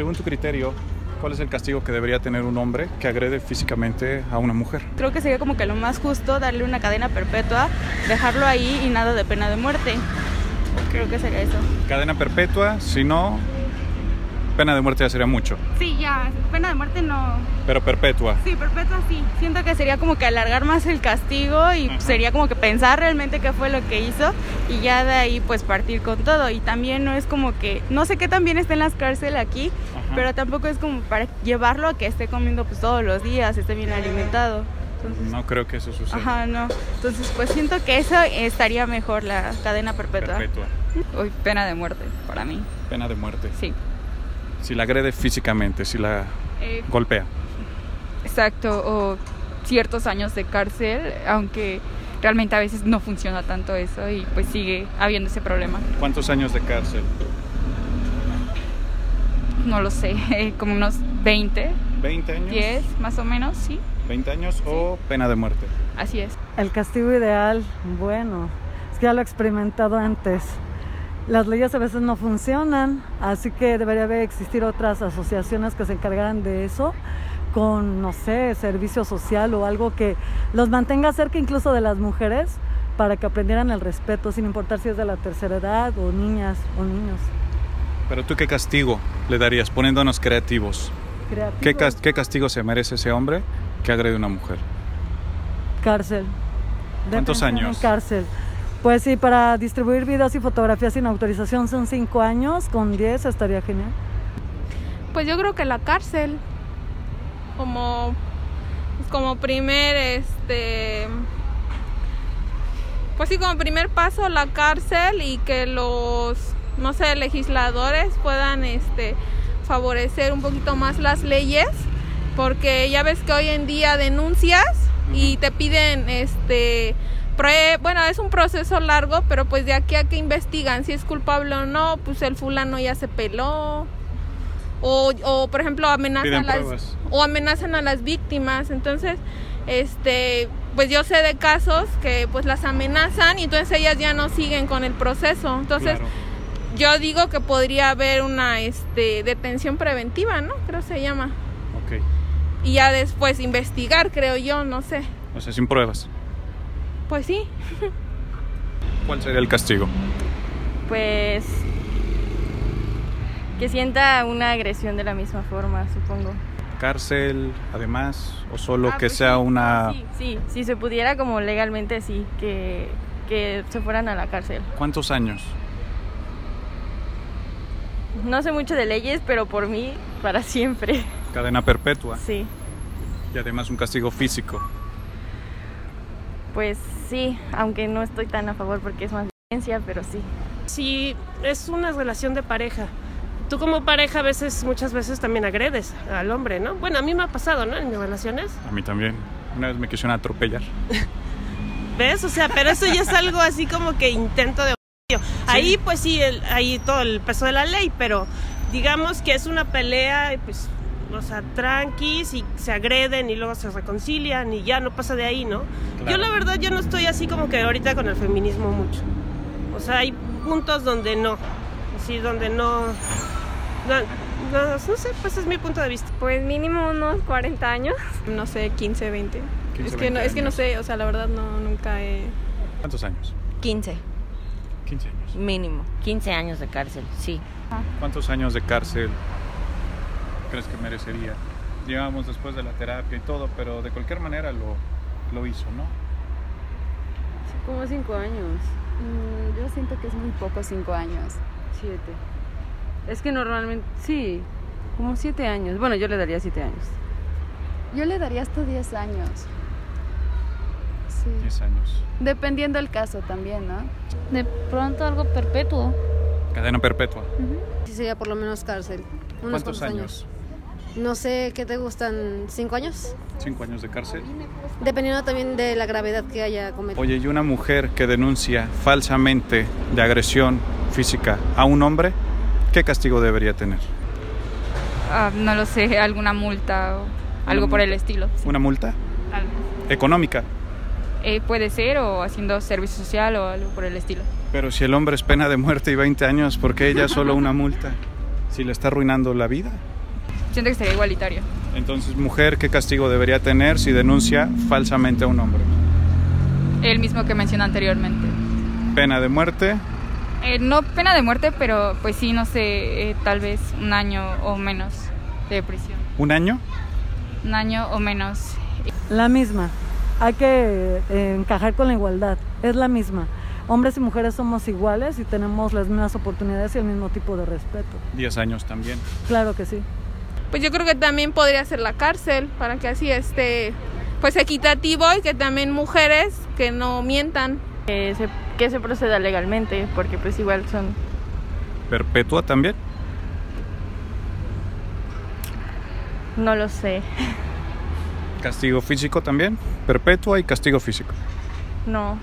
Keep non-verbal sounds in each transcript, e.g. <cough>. Según tu criterio, ¿cuál es el castigo que debería tener un hombre que agrede físicamente a una mujer? Creo que sería como que lo más justo darle una cadena perpetua, dejarlo ahí y nada de pena de muerte. Creo que sería eso. Cadena perpetua, si no, pena de muerte ya sería mucho, Sí, ya, pena de muerte no. pero perpetua. Sí, perpetua sí. Siento que sería como que alargar más el castigo y sería como que pensar realmente qué fue lo que hizo y ya de ahí pues partir con todo. Y también no es como que, no sé qué también está en las cárceles aquí, Ajá. pero tampoco es como para llevarlo a que esté comiendo pues todos los días, esté bien alimentado. Entonces, No creo que eso suceda. Ajá, no. Entonces, pues siento que eso estaría mejor, la cadena perpetua. Perpetua. Uy, pena de muerte para mí, Pena de muerte. sí. Si la agrede físicamente, si la golpea. Exacto, o ciertos años de cárcel, aunque realmente a veces no funciona tanto eso y pues sigue habiendo ese problema. ¿Cuántos años de cárcel? No lo sé, <laughs> como unos 20, ¿20 años? 10 más o menos, sí, ¿20 años o pena de muerte? así es. El castigo ideal, bueno, es que ya lo he experimentado antes. Las leyes a veces no funcionan, así que debería haber existir otras asociaciones que se encargaran de eso, con, no sé, servicio social o algo que los mantenga cerca incluso de las mujeres para que aprendieran el respeto, sin importar si es de la tercera edad o niñas o niños. Pero tú qué castigo le darías poniéndonos creativos. ¿Qué, Creativos. cas- qué castigo se merece ese hombre que agrede a una mujer? Cárcel. ¿Cuántos Detención en años? cárcel. Pues sí, para distribuir videos y fotografías sin autorización son cinco años, con 10 estaría genial. Pues yo creo que la cárcel. como pues, como primer este pues sí como primer paso la cárcel y que los no sé legisladores puedan este favorecer un poquito más las leyes porque ya ves que hoy en día denuncias y te piden este prue- bueno es un proceso largo pero pues de aquí a que investigan si es culpable o no pues el fulano ya se peló o, o, por ejemplo amenazan Piden las pruebas. o amenazan a las víctimas. Entonces, este, pues yo sé de casos que pues las amenazan y entonces ellas ya no siguen con el proceso. Entonces, Claro. yo digo que podría haber una este detención preventiva, ¿no? Creo se llama. Ok. Y ya después investigar, creo yo, no sé. O sea, sin pruebas. Pues sí. <laughs> ¿Cuál sería el castigo? Pues que sienta una agresión de la misma forma, supongo. ¿Cárcel, además? ¿O solo Ah, que pues sea sí. una... Sí, sí, si se pudiera como legalmente sí, que, que se fueran a la cárcel. ¿Cuántos años? No sé mucho de leyes, pero por mí, para siempre. Cadena perpetua. Sí, Y además un castigo físico. pues sí, aunque no estoy tan a favor porque es más violencia, pero sí. si es una relación de pareja. Tú como pareja a veces, muchas veces también agredes al hombre, ¿no? Bueno, a mí me ha pasado, ¿no? En mis relaciones. A mí también. Una vez me quisieron atropellar. ¿Ves? O sea, pero eso ya es algo así como que intento de homicidio. Ahí pues sí, el- ahí todo el peso de la ley, pero digamos que es una pelea, pues, o sea, tranquis y se agreden y luego se reconcilian y ya no pasa de ahí, ¿no? Yo la verdad yo no estoy así como que ahorita con el feminismo mucho. O sea, hay puntos donde no, así donde no... No, no, no sé, pues es mi punto de vista. Pues mínimo unos 40 años. No sé, 15, 20. 15, es que no, 20 es que no años. sé, o sea, la verdad no nunca he ¿Cuántos años? 15, 15 años. mínimo. 15 años de cárcel, sí. ¿Cuántos años de cárcel crees que merecería? Llegamos después de la terapia y todo, pero de cualquier manera lo, lo hizo, ¿no? Como cinco años. Mm, yo siento que es muy poco cinco años. Siete. Es que normalmente, sí, como siete años. Bueno, yo le daría siete años. Yo le daría hasta diez años. Sí. 10 años. Dependiendo el caso también, ¿no? De pronto algo perpetuo. Cadena perpetua. Sí, sería por lo menos cárcel. Unos ¿Cuántos cuantos años. No sé, ¿qué te gustan? ¿Cinco años? años? 5 años de cárcel. Dependiendo también de la gravedad que haya cometido. Oye, ¿y una mujer que denuncia falsamente de agresión física a un hombre, qué castigo debería tener? Ah, no lo sé, alguna multa o algo por el estilo. sí. ¿Una multa? Tal vez. Económica. Eh, puede ser o haciendo servicio social o algo por el estilo. Pero si el hombre es pena de muerte y 20 años, ¿por qué ella solo una multa? si le está arruinando la vida. Siento que sería igualitario. Entonces, mujer, ¿qué castigo debería tener si denuncia falsamente a un hombre? El mismo que mencioné anteriormente. Pena de muerte, Eh, no pena de muerte, pero pues sí, no sé, eh, tal vez un año o menos de prisión. un año. Un año o menos. La misma. Hay que eh, encajar con la igualdad. Es la misma. Hombres y mujeres somos iguales y tenemos las mismas oportunidades y el mismo tipo de respeto. 10 años también. Claro que sí. Pues yo creo que también podría ser la cárcel para que así esté pues equitativo y que también mujeres que no mientan. Que se, que se proceda legalmente, porque pues igual son... Perpetua también. No lo sé. Castigo físico también. Perpetua y castigo físico. No,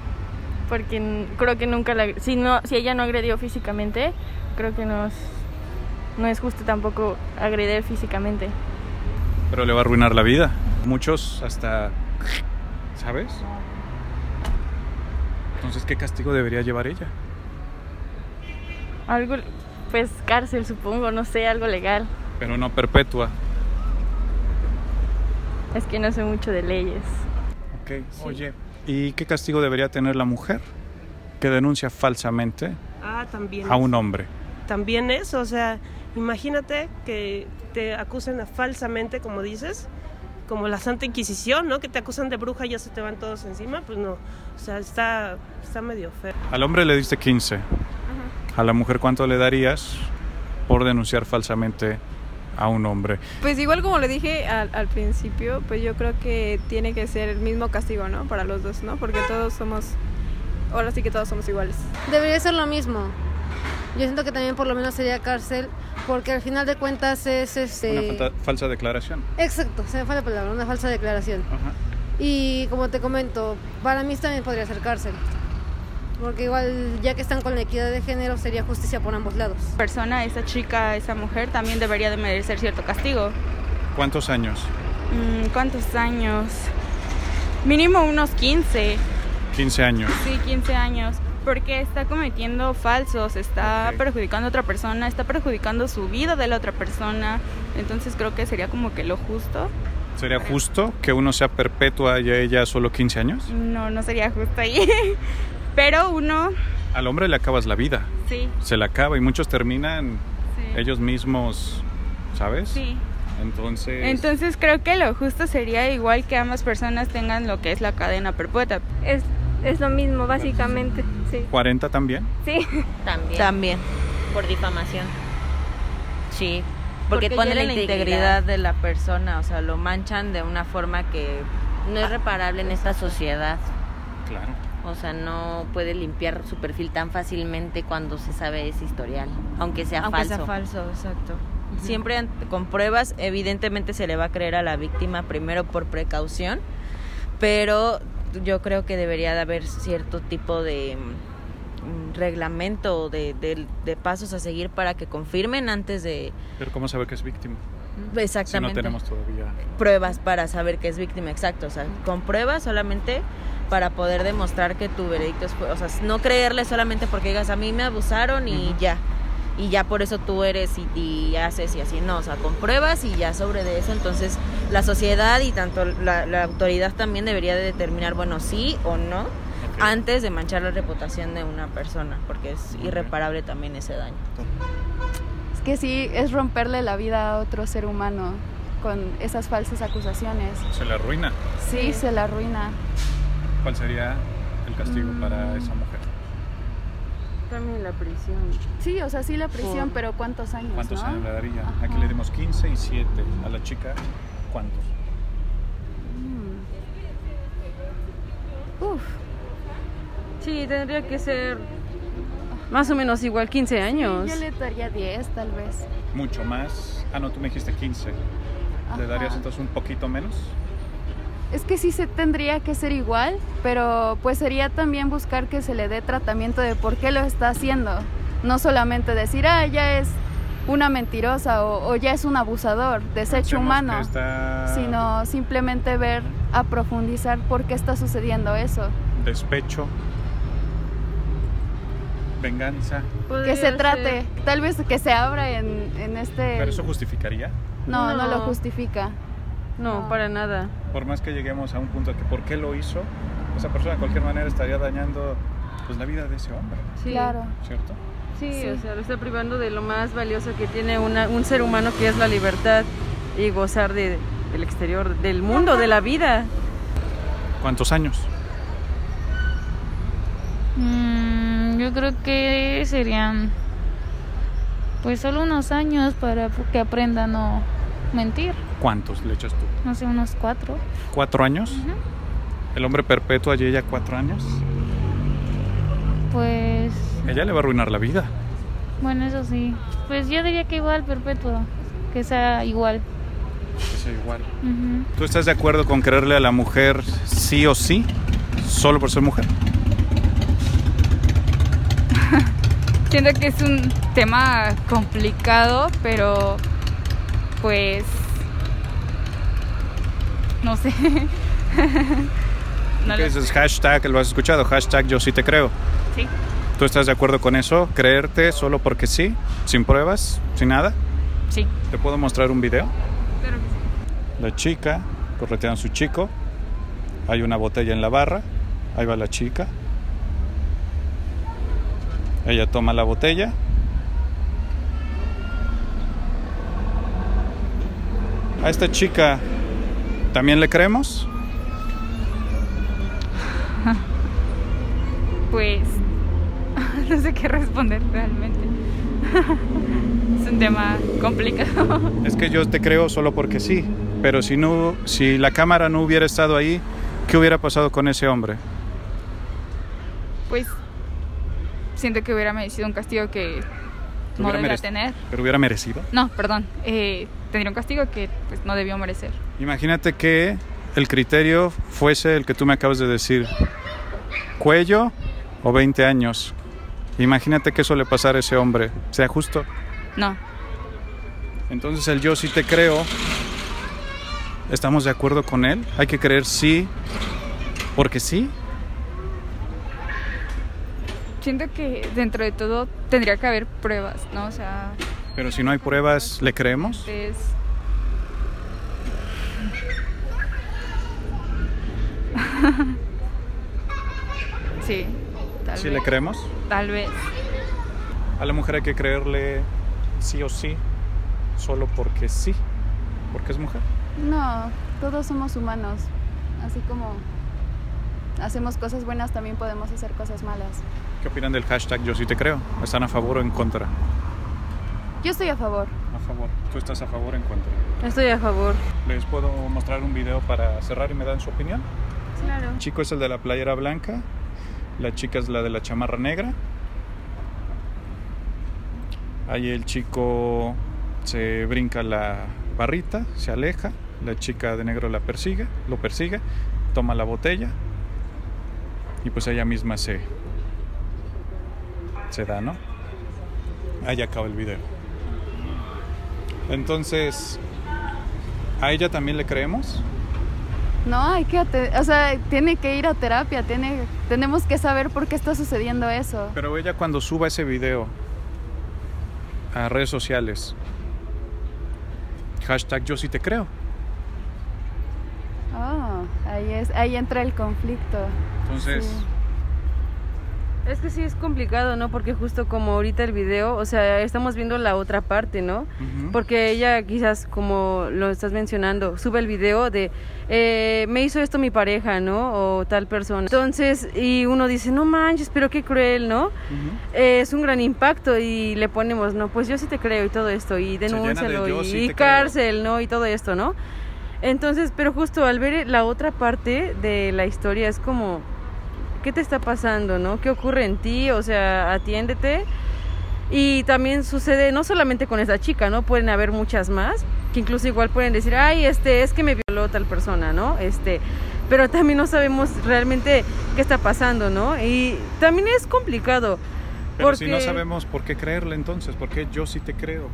porque n- creo que nunca la... Si, no, si ella no agredió físicamente, creo que no es, no es justo tampoco agredir físicamente. Pero le va a arruinar la vida. Muchos hasta... ¿Sabes? Entonces, ¿qué castigo debería llevar ella? Algo, pues cárcel supongo, no sé, algo legal. Pero no perpetua. Es que no sé mucho de leyes. Ok, oye. ¿Y qué castigo debería tener la mujer que denuncia falsamente Ah, también. a un hombre? También es, o sea, imagínate que te acusen falsamente, como dices, como la Santa Inquisición, ¿no? Que te acusan de bruja y ya se te van todos encima, pues no. O sea, está, está medio feo. Al hombre le diste 15. A la mujer, ¿cuánto le darías por denunciar falsamente a un hombre? Pues igual como le dije al, al principio, pues yo creo que tiene que ser el mismo castigo, ¿no? Para los dos, ¿no? Porque todos somos, ahora sí que todos somos iguales. Debería ser lo mismo. Yo siento que también por lo menos sería cárcel, porque al final de cuentas es Una este. falta- falsa declaración. Exacto, se me fue la palabra, una falsa declaración. Y como te comento, para mí también podría ser cárcel. Porque igual, ya que están con la equidad de género, sería justicia por ambos lados. persona, esa chica, esa mujer también debería de merecer cierto castigo. ¿Cuántos años? Mm, ¿Cuántos años? Mínimo unos 15. 15 años. Sí, 15 años. Porque está cometiendo falsos, está perjudicando a otra persona, está perjudicando su vida de la otra persona. Entonces creo que sería como que lo justo. ¿Sería justo que uno sea perpetua y a ella solo 15 años? No, no sería justo ahí. <laughs> Pero uno, Al hombre le acabas la vida. sí. Se la acaba y muchos terminan ellos mismos, ¿sabes? Sí. Entonces, Entonces creo que lo justo sería igual que ambas personas tengan lo que es la cadena perpetua. Es, es lo mismo, básicamente. Sí. 40 también. Sí. También. También. Por difamación. Sí. Porque, Porque, tiene pone la integridad de la persona, o sea, lo manchan de una forma que Ah. No es reparable en esta sociedad. Claro. O sea, no puede limpiar su perfil tan fácilmente cuando se sabe ese historial, aunque sea aunque falso. sea falso, exacto. Siempre ant- con pruebas, evidentemente se le va a creer a la víctima primero por precaución, pero yo creo que debería de haber cierto tipo de mm, reglamento o de, de- de pasos a seguir para que confirmen antes de Pero ¿cómo saber que es víctima? Si no exactamente tenemos todavía. pruebas para saber que es víctima, exacto, o sea, con pruebas solamente para poder demostrar que tu veredicto es, fu- o sea, no creerle solamente porque digas a mí me abusaron y ya, y ya por eso tú eres y, y haces y así, no, o sea, con pruebas y ya sobre de eso, entonces la sociedad y tanto la, la autoridad también debería de determinar, bueno, sí o no, antes de manchar la reputación de una persona, porque es irreparable también ese daño. Es que sí, es romperle la vida a otro ser humano con esas falsas acusaciones. Se la arruina. Sí, se la arruina. ¿Cuál sería el castigo para esa mujer? También la prisión. Sí, o sea, sí la prisión, pero ¿cuántos años? ¿Cuántos Pues, no? años le daría? Aquí le dimos 15 y 7. A la chica, ¿cuántos? Mm. Uf. Sí, tendría que ser más o menos igual 15 años. Yo le daría 10, tal vez. Mucho más. Ah, no, tú me dijiste 15. ¿Le darías entonces un poquito menos? Es que sí se tendría que ser igual, pero pues sería también buscar que se le dé tratamiento de por qué lo está haciendo. No solamente decir, ah, ya es una mentirosa o, o ya es un abusador, desecho humano, está- sino simplemente ver a profundizar por qué está sucediendo eso. Despecho. venganza. que se trate, tal vez que se abra en, en este... ¿Pero eso justificaría? No, no, lo justifica. No, para nada. Por más que lleguemos a un punto de que por qué lo hizo, esa persona de cualquier manera estaría dañando pues, la vida de ese hombre. Sí. Claro. ¿Cierto? Sí, Sí. o sea, lo está privando de lo más valioso que tiene una- un ser humano, que es la libertad y gozar de- del exterior, del mundo, de la vida. ¿Cuántos años? Mm, yo creo que serían pues solo unos años para que aprenda a no mentir. ¿Cuántos le echas tú? No sé, unos cuatro. ¿Cuatro años? ¿El hombre perpetuo allí ella cuatro años? Pues Ella le va a arruinar la vida. bueno, eso sí. Pues yo diría que igual, perpetuo. Que sea igual. Eso igual. Ujú. ¿Tú estás de acuerdo con quererle a la mujer sí o sí, solo por ser mujer? Siento que es un tema complicado, pero pues no sé. <laughs> No ¿Qué lo- dices? Hashtag, lo has escuchado, hashtag yo sí te creo. Sí. ¿Tú estás de acuerdo con eso? ¿Creerte solo porque sí? ¿Sin pruebas? ¿Sin nada? Sí. ¿Te puedo mostrar un video? La chica, corretean a su chico. Hay una botella en la barra. Ahí va la chica. Ella toma la botella. A esta chica, ¿también le creemos? Pues <laughs> no sé qué responder realmente. <laughs> Es un tema complicado. <laughs> Es que yo te creo solo porque sí. Pero si, no, si la cámara no hubiera estado ahí, ¿qué hubiera pasado con ese hombre? Pues siento que hubiera merecido un castigo que no Hubiera debería merec- tener. ¿Pero hubiera merecido? No, perdón. eh, tendría un castigo que pues, no debió merecer. Imagínate que el criterio fuese el que tú me acabas de decir, cuello o 20 años. Imagínate que eso le pasara a ese hombre, sea justo. No. Entonces el yo sí te creo, ¿estamos de acuerdo con él? Hay que creer sí, porque sí. Siento que dentro de todo tendría que haber pruebas, ¿no? O sea, Pero si no hay pruebas, ¿le creemos? es... <laughs> sí, tal ¿Sí vez. le creemos? Tal vez. A la mujer hay que creerle sí o sí, solo porque sí, porque es mujer. No, todos somos humanos. Así como hacemos cosas buenas, también podemos hacer cosas malas. ¿Qué opinan del hashtag yo sí te creo? ¿Están a favor o en contra? Yo estoy a favor. A favor. ¿Tú estás a favor o en contra? Estoy a favor. ¿Les puedo mostrar un video para cerrar y me dan su opinión? Claro. El chico es el de la playera blanca, la chica es la de la chamarra negra. Ahí el chico se brinca la barrita, se aleja, la chica de negro la persigue, lo persigue, toma la botella y pues ella misma se se da, ¿no? Ahí acaba el video. Entonces, ¿a ella también le creemos? No, hay que, ate- o sea, tiene que ir a terapia, tiene, tenemos que saber por qué está sucediendo eso. Pero ella cuando suba ese video a redes sociales, hashtag yo sí te creo. Ah, ahí es, ahí entra el conflicto. Entonces, Es que sí es complicado, ¿no? Porque justo como ahorita el video, o sea, estamos viendo la otra parte, ¿no? Porque ella quizás, como lo estás mencionando, sube el video de, eh, me hizo esto mi pareja, ¿no? O tal persona. Entonces, y uno dice, no manches, pero qué cruel, ¿no? Eh, es un gran impacto y le ponemos, no, pues yo sí te creo y todo esto, llena y de denúncialo, yo y, sí te creo. cárcel, ¿no? Y todo esto, ¿no? Entonces, pero justo al ver eh, la otra parte de la historia es como, ¿qué te está pasando, no? ¿Qué ocurre en ti? O sea, atiéndete. Y también sucede no solamente con esta chica, ¿no? Pueden haber muchas más, que incluso igual pueden decir, ay, este, es que me violó tal persona, ¿no? Este, pero también no sabemos realmente qué está pasando, ¿no? Y también es complicado. pero si no porque- sabemos por qué creerle entonces, por qué yo sí te creo,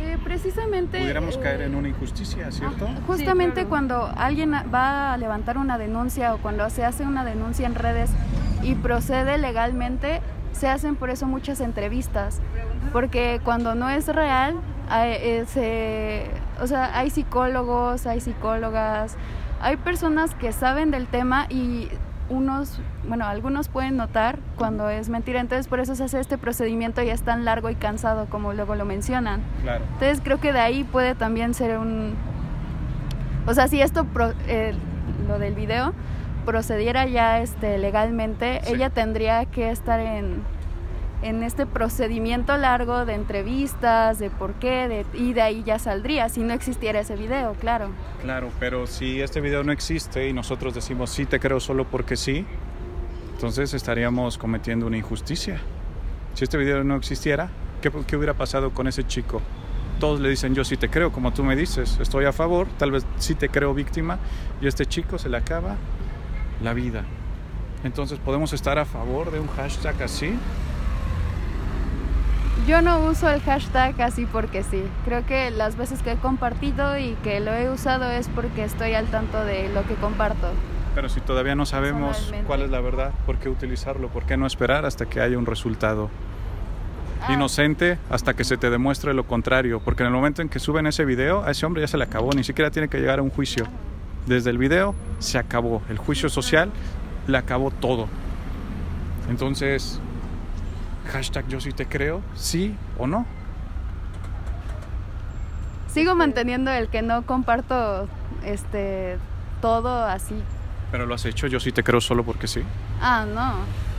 Eh, precisamente... pudiéramos eh, caer en una injusticia, ¿cierto? Justamente cuando alguien va a levantar una denuncia o cuando se hace una denuncia en redes y procede legalmente, se hacen por eso muchas entrevistas, porque cuando no es real, hay, eh, se- o sea, hay psicólogos, hay psicólogas, hay personas que saben del tema y unos, bueno, algunos pueden notar cuando es mentira, entonces por eso se hace este procedimiento y es tan largo y cansado como luego lo mencionan. Claro. Entonces creo que de ahí puede también ser un... O sea, si esto, pro- eh, lo del video, procediera ya este, legalmente, ella tendría que estar en, en este procedimiento largo de entrevistas, de por qué, de- y de ahí ya saldría, si no existiera ese video, claro. Claro, pero si este video no existe y nosotros decimos sí te creo solo porque sí, entonces estaríamos cometiendo una injusticia. Si este video no existiera, ¿qué, qué hubiera pasado con ese chico? Todos le dicen yo sí te creo, como tú me dices, estoy a favor, tal vez sí te creo víctima y este chico se le acaba la vida. Entonces, ¿podemos estar a favor de un hashtag así? Yo no uso el hashtag así porque sí. Creo que las veces que he compartido y que lo he usado es porque estoy al tanto de lo que comparto. Pero si todavía no sabemos Personalmente. cuál es la verdad, ¿por qué utilizarlo? ¿Por qué no esperar hasta que haya un resultado? Inocente hasta que se te demuestre lo contrario, porque en el momento en que suben ese video, a ese hombre ya se le acabó, ni siquiera tiene que llegar a un juicio. Desde el video se acabó, el juicio social le acabó todo. Entonces, hashtag yo sí te creo, sí o no. Sigo manteniendo el que no comparto este todo así. Pero lo has hecho, yo sí te creo solo porque sí. Ah, no.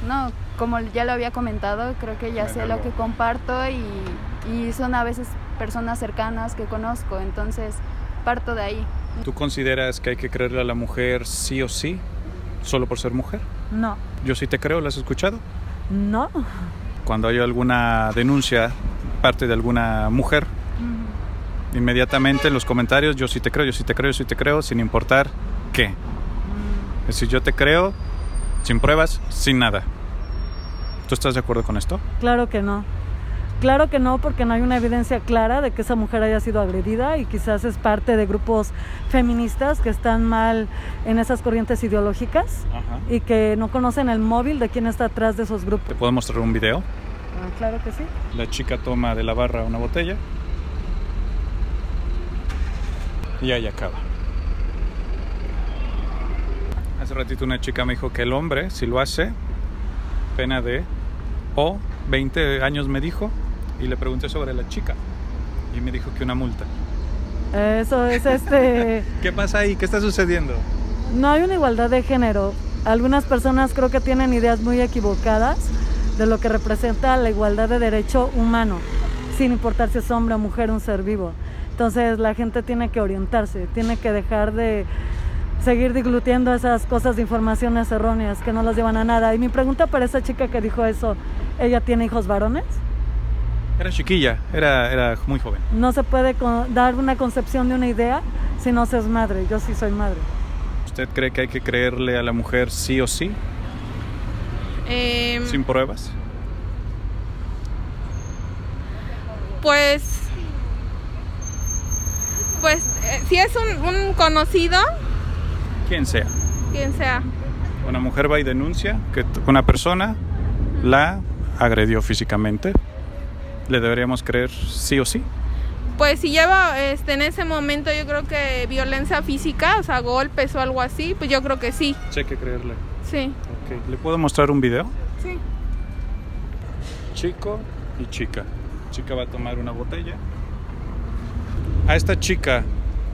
No, como ya lo había comentado, creo que ya sé lo que comparto y, y son a veces personas cercanas que conozco, entonces parto de ahí. ¿Tú consideras que hay que creerle a la mujer sí o sí, solo por ser mujer? No, Yo sí te creo, ¿lo has escuchado? no. cuando hay alguna denuncia parte de alguna mujer, inmediatamente en los comentarios yo sí te creo, yo sí te creo, yo sí te creo, sin importar qué. Es decir, yo te creo sin pruebas, sin nada. ¿Tú estás de acuerdo con esto? Claro que no. Claro que no, porque no hay una evidencia clara de que esa mujer haya sido agredida y quizás es parte de grupos feministas que están mal en esas corrientes ideológicas Ajá. y que no conocen el móvil de quién está atrás de esos grupos. Ah, ¿Te puedo mostrar un video? claro que sí. La chica toma de la barra una botella y ahí acaba. Hace ratito una chica me dijo que el hombre, si lo hace, pena de o 20 años me dijo y le pregunté sobre la chica y me dijo que una multa. Eso es este... ¿Qué pasa ahí? ¿Qué está sucediendo? No hay una igualdad de género. Algunas personas creo que tienen ideas muy equivocadas de lo que representa la igualdad de derecho humano, sin importar si es hombre o mujer, un ser vivo. Entonces la gente tiene que orientarse, tiene que dejar de seguir diglutiendo esas cosas de informaciones erróneas que no las llevan a nada. Y mi pregunta para esa chica que dijo eso, ¿ella tiene hijos varones? Era chiquilla, era, era muy joven. No se puede con- dar una concepción de una idea si no se es madre. Yo sí soy madre. ¿Usted cree que hay que creerle a la mujer sí o sí, Mm. Em, sin pruebas? Pues. Pues eh, si es un, un conocido, Quien sea. quien sea. Una mujer va y denuncia que t- una persona la agredió físicamente. ¿Le deberíamos creer sí o sí? Pues si lleva este, en ese momento, yo creo que violencia física, o sea, golpes o algo así, pues yo creo que sí. Sí, hay que creerle. Sí. ¿Le puedo mostrar un video? Sí. Chico y chica. Chica va a tomar una botella. ¿A esta chica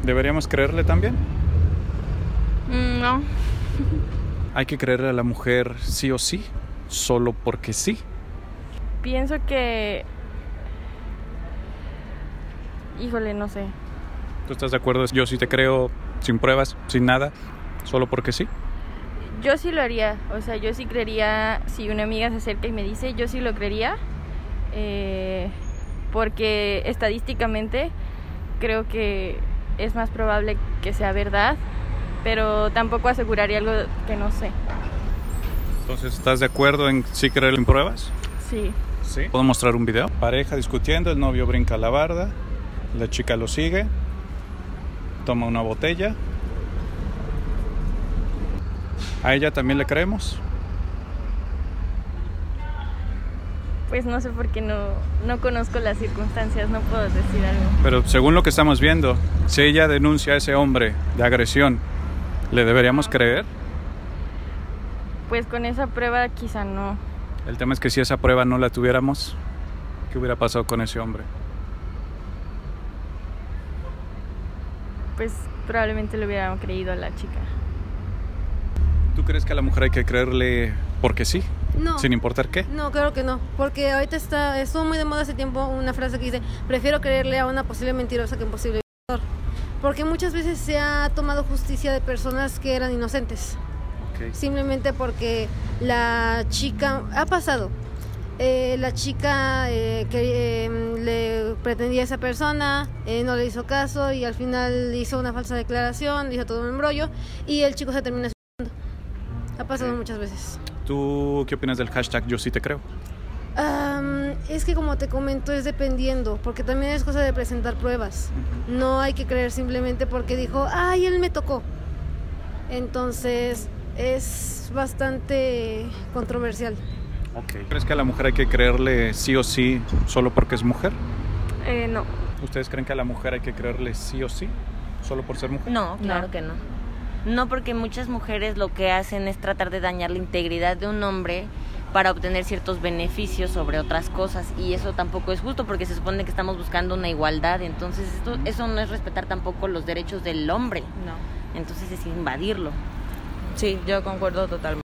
deberíamos creerle también? Mm, no. ¿Hay que creerle a la mujer sí o sí? Solo porque sí. Pienso que. Híjole, no sé. ¿Tú estás de acuerdo? Yo sí te creo sin pruebas, sin nada, solo porque sí. Yo sí lo haría, o sea, yo sí creería, si una amiga se acerca y me dice, yo sí lo creería, eh, porque estadísticamente creo que es más probable que sea verdad, pero tampoco aseguraría algo que no sé. Entonces, ¿estás de acuerdo en sí creerle sin pruebas? Sí. Sí. ¿Puedo mostrar un video? Pareja discutiendo, el novio brinca la barda, la chica lo sigue, toma una botella. ¿A ella también le creemos? pues no sé por qué no, no conozco las circunstancias, no puedo decir algo. Pero según lo que estamos viendo, si ella denuncia a ese hombre de agresión, ¿le deberíamos creer? Pues con esa prueba quizá no. El tema es que si esa prueba no la tuviéramos, ¿qué hubiera pasado con ese hombre? Pues probablemente le hubiera creído a la chica. ¿Tú crees que a la mujer hay que creerle porque sí? No. Sin importar qué. No, claro que no, porque ahorita está, estuvo muy de moda hace tiempo una frase que dice, prefiero creerle a una posible mentirosa que a un posible violador", porque muchas veces se ha tomado justicia de personas que eran inocentes, simplemente porque la chica, ha pasado, eh, la chica eh, que eh, le pretendía a esa persona, eh, no le hizo caso y al final hizo una falsa declaración, hizo todo un embrollo y el chico se termina suicidando. Ha pasado muchas veces. ¿Tú qué opinas del hashtag yo sí te creo? Am, es que como te comento es dependiendo, porque también es cosa de presentar pruebas. No hay que creer simplemente porque dijo, ay, él me tocó. Entonces es bastante controversial. ¿Crees que a la mujer hay que creerle sí o sí solo porque es mujer? no. ¿Ustedes creen que a la mujer hay que creerle sí o sí solo por ser mujer? No, claro que no. No porque muchas mujeres lo que hacen es tratar de dañar la integridad de un hombre para obtener ciertos beneficios sobre otras cosas y eso tampoco es justo porque se supone que estamos buscando una igualdad, entonces esto- eso no es respetar tampoco los derechos del hombre, No. entonces es invadirlo. Sí, yo concuerdo totalmente.